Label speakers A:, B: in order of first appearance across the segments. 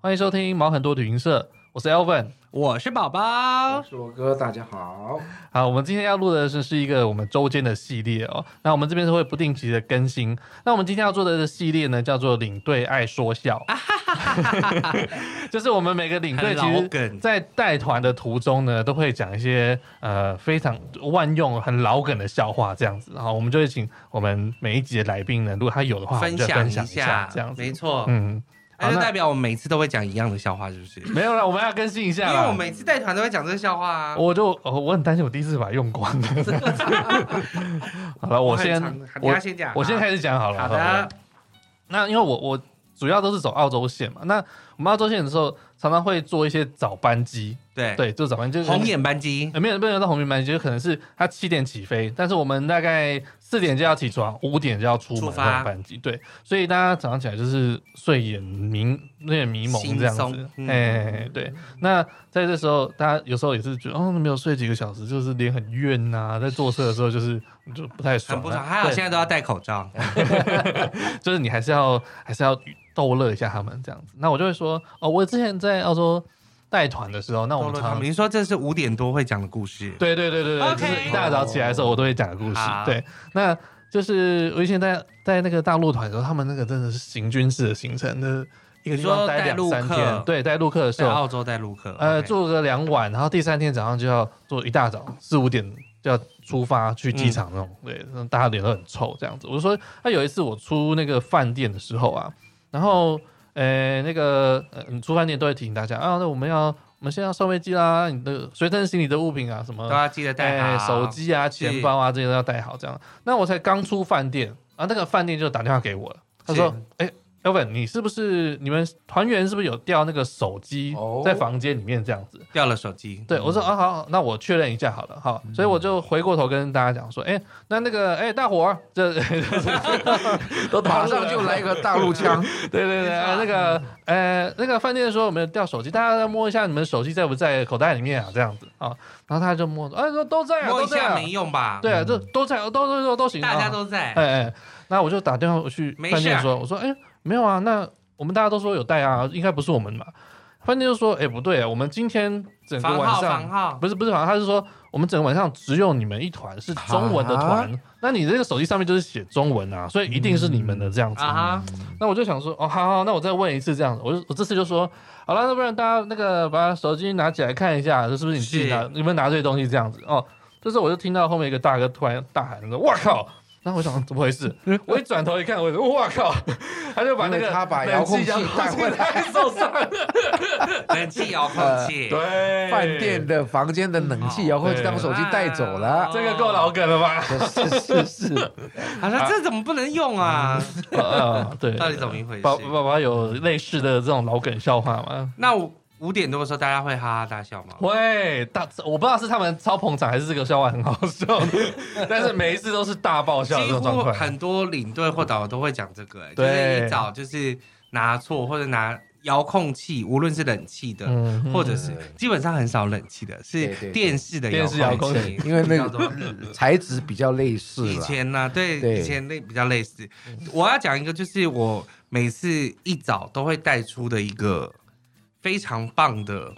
A: 欢迎收听毛很多旅行社，我是 Elvin。
B: 我是宝
C: 我
B: 宝，
C: 是罗哥，大家好。
A: 好，我们今天要录的是是一个我们周间的系列哦。那我们这边是会不定期的更新。那我们今天要做的系列呢，叫做“领队爱说 笑”，就是我们每个领队
B: 很
A: 其
B: 老
A: 实，
B: 梗
A: 在带团的途中呢，都会讲一些呃非常万用、很老梗的笑话这样子。然后我们就会请我们每一集的来宾呢，如果他有的话，我们
B: 分
A: 就
B: 享
A: 分
B: 一
A: 享
B: 下，
A: 这样子。
B: 没错，哎
A: 嗯，好
B: 那就
A: 那
B: 代表我们每次都会讲一样的笑话，是不是？因
A: 没有了，我们要更新一下啦。
B: 为我每次带团都会讲这个笑话啊。
A: 我就、哦我很担心我第一次把它用光 了。好了，我先
B: 很长你
A: 我
B: 要先讲，啊
A: 我先开始讲好了。
B: 好
A: 了
B: 的，
A: 那因为我我主要都是走澳洲线嘛，那我们澳洲线的时候常常会做一些早班机，
B: 对
A: 对，做早班机，
B: 哎红眼班机，
A: 呃。没有没有到红眼班机，就可能是它七点起飞，但是我们大概四点就要起床，五点就要出门
B: 出发
A: 那种班机，对，所以大家早上起来就是睡眼迷睡眼迷蒙这样
B: 轻
A: 子
B: 松，嗯
A: 哎、对，那在这时候，大家有时候也是觉得，哦，没有睡几个小时，就是脸很怨呐、在坐车的时候就是就不太爽啊，
B: 很不爽。还好
A: 对
B: 现在都要戴口罩，
A: 就是你还是要还是要逗乐一下他们这样子。那我就会说，哦，我之前在澳洲带团的时候，那我们常常
B: 您说这是五点多会讲的故事，
A: 对对对对对
B: OK
A: 就是一大早起来的时候，我都会讲个故事。
B: 好
A: 对，那就是我以前在在那个大陆团的时候，他们那个真的是行军式的行程，就是一个地
B: 你
A: 方
B: 说
A: 待
B: 带
A: 两
B: 陆
A: 三
B: 客
A: 天，对，带陆客的时
B: 在
A: 候，
B: 澳洲带陆客，
A: 哦呃，
B: OK
A: 住个两晚，然后第三天早上就要做一大早四五点就要出发去机场那种，对，那大家脸都很臭这样子。我就说，那、有一次我出那个饭店的时候啊，然后呃那个呃你出饭店都会提醒大家啊，那我们要我们现在要收飞机啦，你的随身行李的物品啊什么
B: 都要记得带
A: 哎，
B: 好
A: 手，机啊、钱包啊这些都要带好，这样。那我才刚出饭店，然后那个饭店就打电话给我了，他说
B: 是：“
A: 哎、e l v i n 你是不是你们团员是不是有掉那个手机
C: 哦
A: 在房间里面这样子？”
B: 掉了手机，
A: 对，我说啊好，好那我确认一下好了，好，
B: 嗯
A: 所以我就回过头跟大家讲说，哎、那那个哎、大伙儿， 这都
C: 马上就来一个大陆 腔，
A: 对对对，啊那个呃，那个饭店说我们掉手机，大家要摸一下你们手机在不在口袋里面啊，这样子啊，然后他就摸，哎、说都在啊，
B: 摸
A: 都
B: 一
A: 在啊
B: 下没用吧？
A: 对啊，这都在，都都都都行，
B: 大家都
A: 啊
B: 在，
A: 哎哎，那我就打电话去
B: 没
A: 饭店
B: 事
A: 说，我说哎没有啊，那我们大家都说有带啊，应该不是我们嘛。饭店就说哎不对啊，我们今天整个
B: 房
A: 晚
B: 号房
A: 上
B: 号，
A: 不是不是好像他是说我们整个晚上只有你们一团是中文的团，那你这个手机上面就是写中文啊，所以一定是你们的这样子。
B: 啊哈，
A: 那我就想说哦好好，那我再问一次这样子，我就我这次就说好了，那不然大家那个把手机拿起来看一下，这是不是你自己拿
B: 是
A: 你们拿这些东西这样子哦。这时候我就听到后面一个大哥突然大喊说：“我靠！”然后我想怎么回事？我一转头一看，我说：“我靠！”他就把那
C: 因
A: 个
C: 为他把
A: 冷
C: 遥控器
A: 遥控
C: 带回
A: 带手上 了。
B: 冷气遥控器，
A: 嗯呃对，
C: 饭店的房间的冷气
B: 哎
C: 遥控器当手机带走了。
A: 这个够老梗了吧？
C: 是是是，
B: 好了，这怎么不能用啊？
A: 啊，对，
B: 到底怎么一回事
A: 爸？爸爸有类似的这种老梗笑话吗？
B: 那我五点多的时候，大家会哈哈大笑吗？
A: 喂，大我不知道是他们超捧场还是这个笑话很好笑，但是每一次都是大爆笑的
B: 几
A: 这种状
B: 乎
A: 况。
B: 很多领队或导游都会讲这个、欸，就是
A: 对
B: 一早就是拿错或者拿遥控器，无论是冷气的，
A: 嗯
B: 或者是基本上很少冷气的，
C: 对
B: 是
C: 对
B: 电视的
A: 电视遥控器
B: 器，
C: 因为那
B: 叫做
C: 个材质比较类似
B: 以
C: 了。
B: 前呢、对，
C: 对
B: 以前那比较类似。
A: 嗯
B: 我要讲一个，就是我每次一早都会带出的一个非常棒的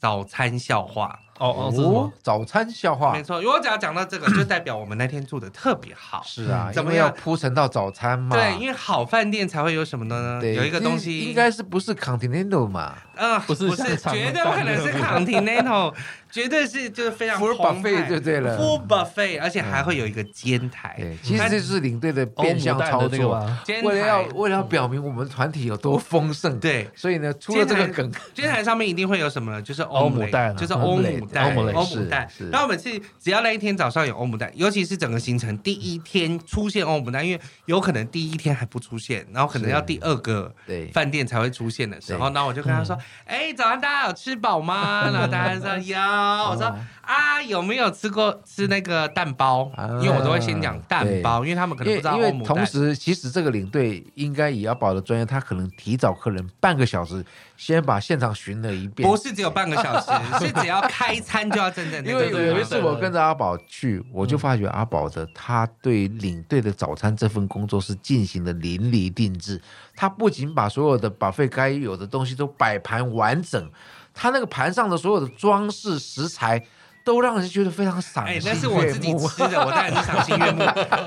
B: 早餐笑话。
A: 哦哦，是吗？，
C: 早餐笑话
B: 没错，如果只要讲到这个，就代表我们那天做的特别好。
C: 是啊，
B: 嗯怎
C: 因
B: 么
C: 为要
B: 样
C: 铺陈到早餐嘛。
B: 对，因为好饭店才会有什么呢？
C: 对
B: 有一个东西，
C: 应该是不是 Continental 嘛？
B: 嗯、
A: 不是
B: 不是，
A: 像常
B: 绝对不可能是 Continental，绝对是就是非常
C: Full
B: 澎湃
C: buffet 就对了
B: Full buffet，而且还会有一个煎台，
C: 对，其实
B: 但
C: 这是领队的
A: 欧
C: 变
A: 姆
C: 相
A: 蛋
C: 操
A: 哦的那个
C: 作，
A: 吧？
B: 煎台
C: 为了要为了要表明我们团体有多丰盛。，
B: 对。
C: 所以呢，出了这个梗，
B: 煎台上面一定会有什么呢？就是
A: 欧姆
B: omelette，
A: 蛋啊
B: 就是欧姆蛋，
A: omelette，
B: 欧
C: 是
B: 姆蛋
C: 是。
B: 然后每次只要那一天早上有欧姆蛋，尤其是整个行程第一天出现欧姆蛋，因为有可能第一天还不出现，然后可能
C: 是
B: 要第二个
C: 对，嗯
B: 饭店才会出现的时
C: 哦
B: 候，那我就跟他说：“哎、早上大家有吃饱吗？”然后大家说有，我说：“啊，家有没有吃过吃那个蛋包？
C: 啊
B: 因为我都会先讲蛋包，因为他们可
C: 因
B: 能
C: 为
B: 不知道
C: 因
B: 欧
C: 为
B: 姆
C: 同
B: 蛋。
C: 时，其实这个领队应该也要保的专业，他可能提早客人半个小时，先把现场巡了一遍。
B: 不是只有半个小 时，是只要开餐就要站在那
C: 因
B: 个
C: 为
B: 地
A: 对
B: 方。
A: 对
C: 有一次
A: 对
C: 我跟着阿宝去，我就发觉阿宝的他对领队的早餐这份工作是进行的淋漓尽致。他不仅把所有的把费该有的东西都摆盘完整，他那个盘上的所有的装饰食材都让人觉得非常赏
B: 哎、
C: 心
B: 那是我
C: 悦
B: 自己
C: 目
B: 吃的，我当然是赏心悦目。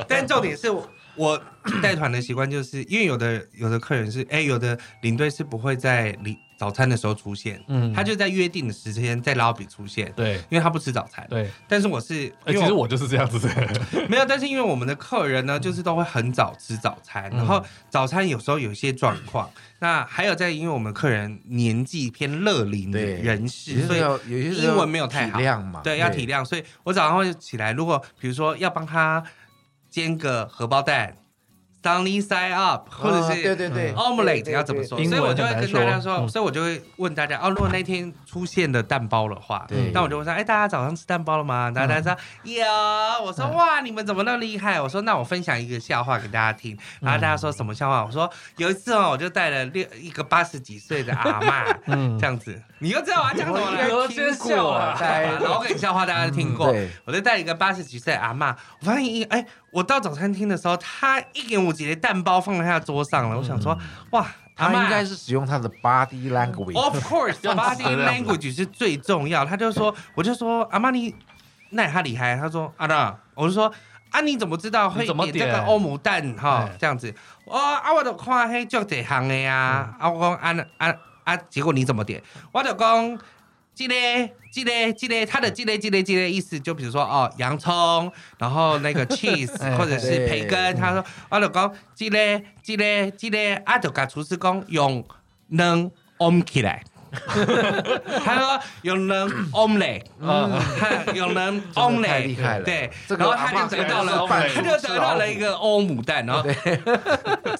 B: 但重点是我我带团的习惯，就是因为有的有的客人是哎、有的领队是不会在领早餐的时候出现，
A: 嗯，
B: 他就在约定的时间在 lobby 出现，
A: 对
B: 因为他不吃早餐。
A: 对，
B: 但是我是
A: 哎，
B: 因为
A: 其实
B: 我
A: 我就是这样子的，
B: 没有，但是因为我们的客人呢，就是都会很早吃早餐，
A: 嗯
B: 然后早餐有时候有一些状况。那还有在，因为我们客人年纪偏乐龄的
C: 对
B: 人
C: 有
B: 士，
C: 些
B: 所以
C: 时候有些时候
B: 英文没有太好
C: 体谅嘛，
B: 对要体谅。所以我早上会起来，如果比如说要帮他煎个荷包蛋，sunny side up，或者
C: 啊
B: 是、
C: 对对对
B: omelette 要怎么说？
A: 对
B: 所以我就
A: 英文
B: 会
A: 很难
B: 跟
A: 说
B: 大家说，
A: 嗯
B: 所以我就会问大家哦，如果那天出现的蛋包的话
C: 对，
B: 那我就会说，哎，大家早上吃蛋包了吗？
A: 嗯
B: 然后大家说有，我说哇，你们怎么那么厉害？我说那我分享一个笑话给大家听，然后大家说
A: 嗯
B: 什么笑话？我说有一次哦，我就带了六一个八十几岁的阿嬷，
A: 嗯
B: 这，样子，你又知道我要讲什么了
C: 我应该。
A: 有些
C: 听 过啊大家
B: 老梗笑话大家都听过，
C: 对
B: 我就带了一个八十几岁的阿嬷，我发现一哎，我到早餐厅的时候，她一点五几的蛋包放在她的桌上了，我想说，哇，阿
C: 他
B: 嬷
C: 嗯
B: 哦
C: 应该是使用他的 body language。
B: Of course,
A: 这样子
B: body
A: 这样子
B: language 是最重要。他就说，我就说阿玛尼，那他厉害。他说阿娜，我就说啊，你怎么知道会
A: 你怎么
B: 点这个
A: 点
B: 欧姆蛋哈
A: 哎？
B: 这样子，哦啊，我就看黑就这行的
A: 嗯
B: 呀。啊，我讲啊啊啊，结果你怎么点？我就讲。这个、这个、这个，它的这个、这个、这个意思，就比如说哦，洋葱，然后那个 cheese
A: 哎
B: 或者是培根，
C: 对
B: 他说，我就讲这个、这个、这个，啊，就跟厨师讲用能 om 起来。 他说有人 omelette，
A: 啊，
B: 有人
C: 嗯真的太
B: omelette，
C: 厉害了
B: 对，
C: 这个
B: 然后他
C: 阿嬷
B: 就得到
A: 真的
B: 了，
A: 是
B: 他就得到了一个欧姆蛋，然后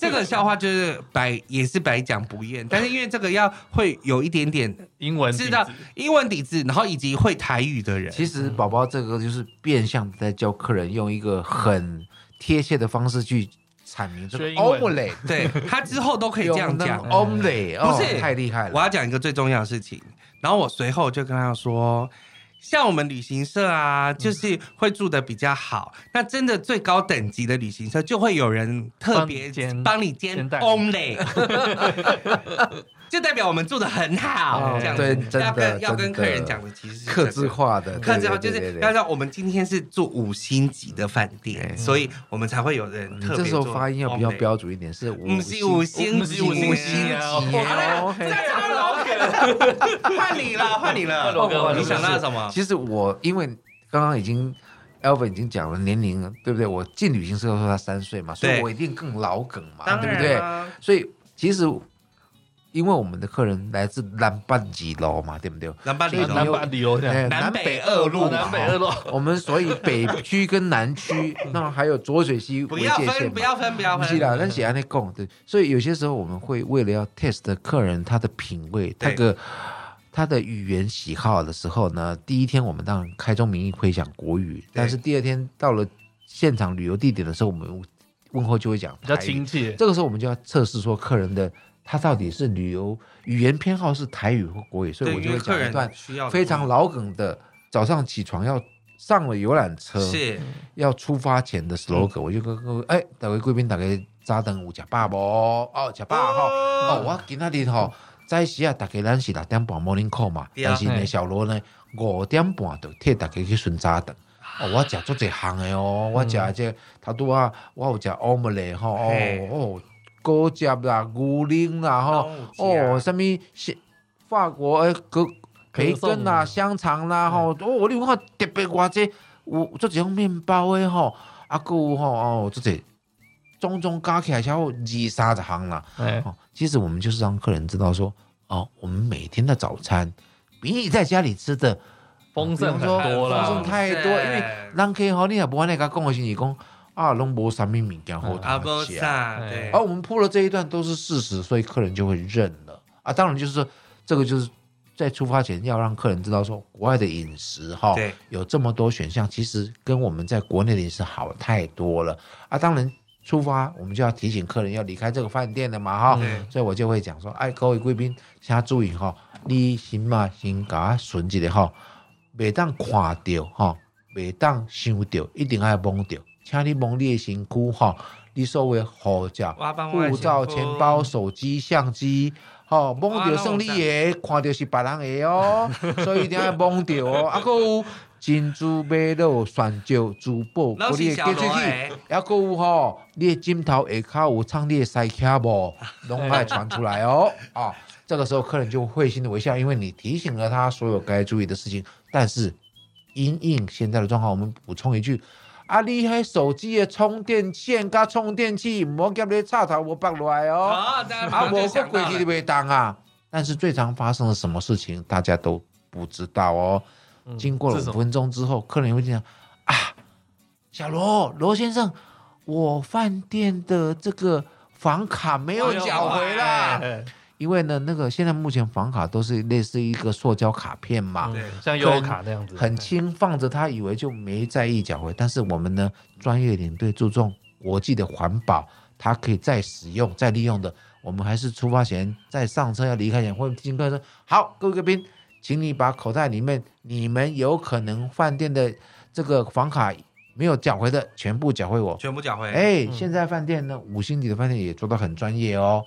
B: 这个笑话就是百也是百讲不厌，但是因为这个要会有一点点
A: 英文
B: 知道
A: 底子
B: 英文底子，然后以及会台语的人，
C: 其实宝宝这个就是变相地在教客人用一个很贴切的方式去阐明这个
A: 学英文
C: omelette，
B: 对他之后都可以这样讲。嗯
C: omelette，
B: 不
C: 哦
B: 是
C: 太厉害
B: 我
C: 了。
B: 要讲一个最重要的事情，然后我随后就跟他说，像我们旅行社啊，
C: 嗯
B: 就是会住的比较好，那真的最高等级的旅行社就会有人特
A: 帮你
B: 别
A: 煎
B: 帮你
A: 煎
B: 煎
A: 蛋
B: omelette，就代表我们住的很好，
A: 哦
B: 这样
C: 对
B: 子
C: 真
B: 要
C: 的
B: 跟要跟
C: 真的
B: 客人讲的其实是
C: 克
B: 这
C: 制
B: 个。
C: 化的，
B: 客制化
C: 对
B: 就
C: 对对
B: 是
C: 对
B: 要
C: 对
B: 让我们今天是住五星级的饭店，
C: 对
B: 所以我们才会有人
C: 你
B: 特别
C: 这时候
B: 做
C: 发音要比较
B: omelette
C: 标准一点，是五
B: 五星五星
A: 五
B: 级
A: 星
B: 五星级
A: 级啊
B: 哦
C: 哦
B: 好了，
C: 嘿
B: 再讲老梗，换你了，换你了，
A: 换罗哥换罗哥
B: 你想到什么？
C: 其实我因为刚刚已经 Elvin 已经讲了年龄，对不对？我进旅行社的时候他三岁嘛，所以
B: 对
C: 我一定更老梗嘛，
B: 当
C: 对
B: 然
C: 不对？
B: 啊
C: 所以其实因为我们的客人来自南半极喽嘛，对 不对？
B: 南巴黎
C: 所以
A: 南
B: 了，
C: 你
A: 半理由这样，
C: 哎
B: 南北二路
A: 哦南北二路，
C: 我们所以北区跟南区，那么还有浊水溪
B: 不
C: 为
B: 要
C: 界
B: 分，
C: 限
B: 不
C: 嘛。
B: 要分，不要
C: 不是
B: 分。
C: 啦，咱是安尼讲，对，所以有些时候我们会为了要 test 客人他的品味，他
B: 对
C: 的他的语言喜好的时候呢，第一天我们当然开宗明义会讲国语，但是第二天到了现场旅游地点的时候，我们问候就会讲
A: 比较
C: 台语
A: 亲切，
C: 这个时候我们就要测试说客人的他到底是旅游语言偏好是台语或国语，所以
B: 对，
C: 我
B: 因
C: 就
B: 为
C: 会
B: 客
C: 讲一段
B: 人需要的
C: 非常老梗的，早上起床要上了游览车，
B: 是嗯
C: 要出发前的 slogan，、我就跟各位哎，大家贵宾大家早顿有食饱无？哦，食饱吼，哦，我今仔日吼早时啊，大家咱是六点半 morning call 嘛，
B: 对啊
C: 但是
A: 嘿
C: 呢，小罗呢五点半就替大家去巡早顿。哦，我食足一项的哦，我食这头拄啊，我有食 omelette 吼，哦
B: 嘿
C: 哦，果汁啦、牛奶啦吼，
B: 都有吃啊
C: 哦，什物西法国诶，个培
A: 可
C: 根啦、
A: 颂啊
C: 香肠啦
B: 嗯
C: 吼，哦，我你有看特别偌济，有做一种面包诶吼，啊，佫有吼哦，做者种种加起来超过二三十项啦。
A: 哎，
C: 哦，其实我们就是让客人知道说，哦，我们每天的早餐比你在家里吃的
A: 丰盛很
C: 比方说
A: 多
C: 丰盛
A: 啦，嗯
C: 太多，因为人客吼，你也不按那个讲的时候，你讲啊，拢无啥物物件好
B: 阿
C: 他
B: 波
C: 吃。啊
B: 萨，
A: 哎
B: 对
C: 而、，啊我们铺了这一段都是事实，所以客人就会认了啊。当然就是说，这个就是在出发前要让客人知道说，国外的饮食哈，
B: 对，
C: 有这么多选项，其实跟我们在国内的饮食好太多了啊。当然，出发我们就要提醒客人要离开这个饭店了嘛哈，
B: 嗯
C: 所以我就会讲说，哎，各位贵宾，请注意哈，你先嘛先给我存一个哈，袂当看到哈，袂当想到，一定要摸到，请你摸你的身躯哈，你所谓护照。
B: 我帮我
C: 护照、钱包、手机、相机，吼、哦，摸
B: 啊
C: 到
B: 那
C: 胜
B: 我
C: 利
B: 知
C: 的，看到是别人的 哦，所以一定要摸到哦。啊，还有珍珠、马肉、蒜椒、珠宝，
B: 老
C: 还有
B: 是
C: 你
B: 小
C: 的
B: 罗
C: 去，
B: 诶，
C: 还还有吼、你的枕头下骹有唱你的塞 卡无，拢爱传出来哦。啊、这个时候客人就会心的微笑，因为你提醒了他所有该注意的事情。但是，因应现在的状况，我们补充一句：啊，你迄手机的充电线甲充电器，莫夹咧插头无拔落来哦。
B: 哦，大家马 上
C: 啊，我
B: 就
C: 个
B: 想
C: 鬼
B: 到
C: 去你
B: 了，
C: 袂当啊！但是最常发生的什么事情，大家都不知道哦。
A: 嗯
C: 经过了
A: 这
C: 五
A: 种
C: 分钟之后，客人会这样啊，小罗罗先生，我饭店的这个房卡没有
B: 哎呦
C: 缴回
B: 哎
C: 啦。
A: 哎
C: 因为呢，那个现在目前房卡都是类似一个塑胶卡片
A: 嗯
C: 嘛，
B: 对
A: 像
C: 客
A: 优
C: 人
A: 卡那样子，
C: 很轻放着，他以为就没在意缴回。但是我们呢，专业领队注重国际的环保，它可以再使用、再利用的。我们还是出发前，在上车要离开前，会提醒客人说：“好，各位贵宾，请你把口袋里面你们有可能饭店的这个房卡没有缴回的，全部缴回我。”
B: 全部缴回。
C: 哎，
A: 嗯
C: 现在饭店呢，五星级的饭店也做到很专业哦。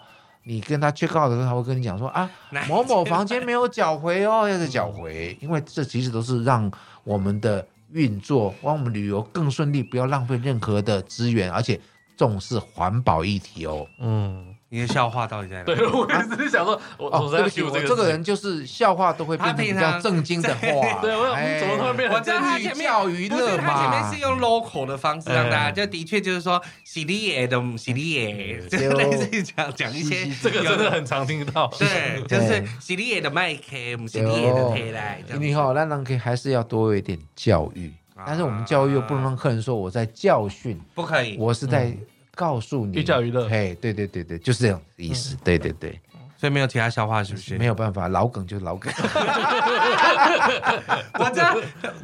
C: 你跟他 check out 的时候，他会跟你讲说啊，
B: 哪
A: 哎
B: 一
C: 某某房间没有缴回哦，要再缴
A: 嗯
C: 回，因为这其实都是让我们的运作，让我们旅游更顺利，不要浪费任何的资源，而且重视环保议题哦。
A: 嗯，
B: 你的笑话到底在哪？
A: 对，我也是想说，我
C: 哦，
A: 我
C: 对
A: 在
C: 不起，
A: Q
C: 我
A: 这
C: 这个
A: 事
C: 人就是笑话都会变
B: 他
C: 成比
B: 平
C: 较
B: 常
C: 正经的
B: 对
C: 话，
A: 对我想嗯
C: 哎
A: 怎么突然变
B: 我
A: 成
B: 知道他
A: 正
B: 前
A: 经？
B: 面
C: 教娱
B: 不是，
C: 乐
B: 他前面
C: 嘛
B: 是用 local 的方式让大家，
A: 哎
B: 就的确就是说，洗利耶的洗利耶，就
C: 对哦
B: 类似于讲讲一些
C: 是
A: 这个真的哎很常听到，
B: 对，就是洗利耶的麦克，洗利耶的佩来，这样
A: 哎
C: 你好，那人可以还是要多一点教育，
A: 啊
C: 但是我们教育又不能让客人说我在教训，
B: 不可以。
C: 我是在告诉
A: 嗯
C: 你
A: 寓教于乐嗯
C: 嘿，对对对对，就是这样的意思，对对对，
B: 所以没有其他笑话是不是？
C: 没
B: 有，
C: 有办法，老梗就老梗。
B: 我这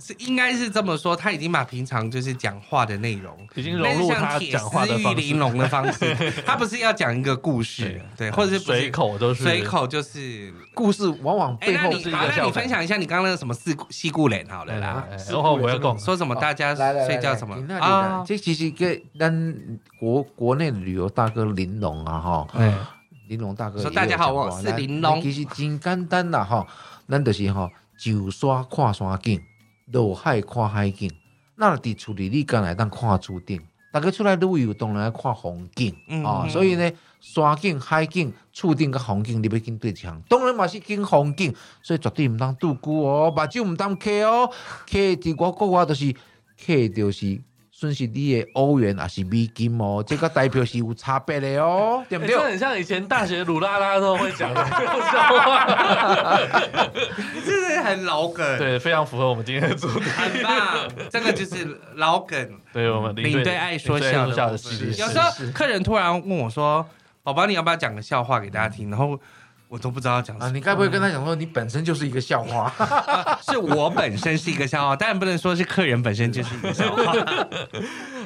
B: 是应该是这么说，他已经把平常就是讲话的内容。
A: 已经融入他讲话的方
B: 玲
A: 式，
B: 珑的方 式，他不是要讲一个故事，对，或者是不是
A: 随口都是
B: 随。口就是。
C: 故事往往
B: 哎，
C: 背
B: 那
C: 后
B: 你
C: 是一
B: 好，
C: 个
B: 那
C: 笑
B: 你
C: 话
B: 分。享一下你刚刚那个什么事故事故脸好了啦，
A: 哎然后我要讲，
B: 说什么大家
C: 哦来来来，
B: 睡觉
C: 来
B: 什么
C: 你那里
B: 啊
C: 的？这其实跟咱国国内旅游大哥玲珑啊哈，
A: 哎，
C: 玲珑大哥
B: 说
C: 也
B: 大家
C: 有
B: 好
C: 讲
B: 我
C: 过
B: 是
C: 咱
B: 玲
C: 咱
B: 珑
C: 其实真简单啦哈，咱就是哈，上山看山景，落海看海景。那伫厝里你敢来当看厝顶，大家出来旅游当然要看风景啊、
B: 嗯
C: 哦
B: 嗯
C: 所以呢，山景、海景、厝顶甲风景，你要跟对一项，当然嘛是跟风景，所以绝对毋通独孤哦，目睭毋通客哦，客伫我国外就是客就是。损失你的欧元还是美金哦，这个代表是有差别的哦，
B: 哎
C: 对不
A: 欸
C: 对？
A: 这很像以前大学鲁拉拉都会讲的这种笑 话，
B: 这是很老梗，
A: 对，非常符合我们今天的主题。
B: 很棒， 这个就是老 梗。
A: 对我们
B: 领队爱说笑
A: 笑的
B: 的部
A: 系
B: 分
A: 列，
B: 有时候客人突然问我说：“宝宝，你要不要讲个笑话给大家听？”然后我都不知道要讲
C: 嗯啊，
B: 什么
C: 你。该不会跟他讲说你本身就是一个笑话？
B: 是我本身是一个笑话，当然不能说是客人本身就是一个笑话。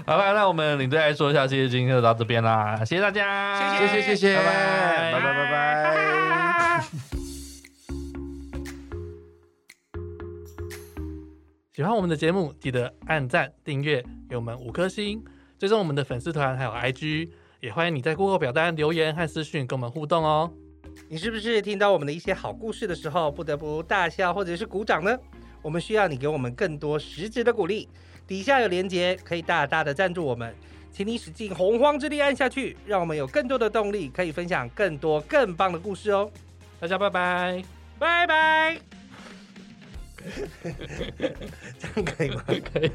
A: 好吧，那我们领队爱说笑系列今天就到这边啦，谢谢大家，
C: 谢谢谢谢，
A: 拜
C: 拜
A: 拜
C: 拜 拜 拜。
A: 喜欢我们的节目，记得按赞、订阅，给我们五颗星，追踪我们的粉丝团还有 IG，也欢迎你在 Google 表单留言和私讯跟我们互动哦。
D: 你是不是听到我们的一些好故事的时候，不得不大笑或者是鼓掌呢？我们需要你给我们更多实质的鼓励。底下有连结，可以大大的赞助我们，请你使尽洪荒之力按下去，让我们有更多的动力，可以分享更多更棒的故事哦。
A: 大家拜拜。
D: 拜拜，这样可以吗？
A: 可以。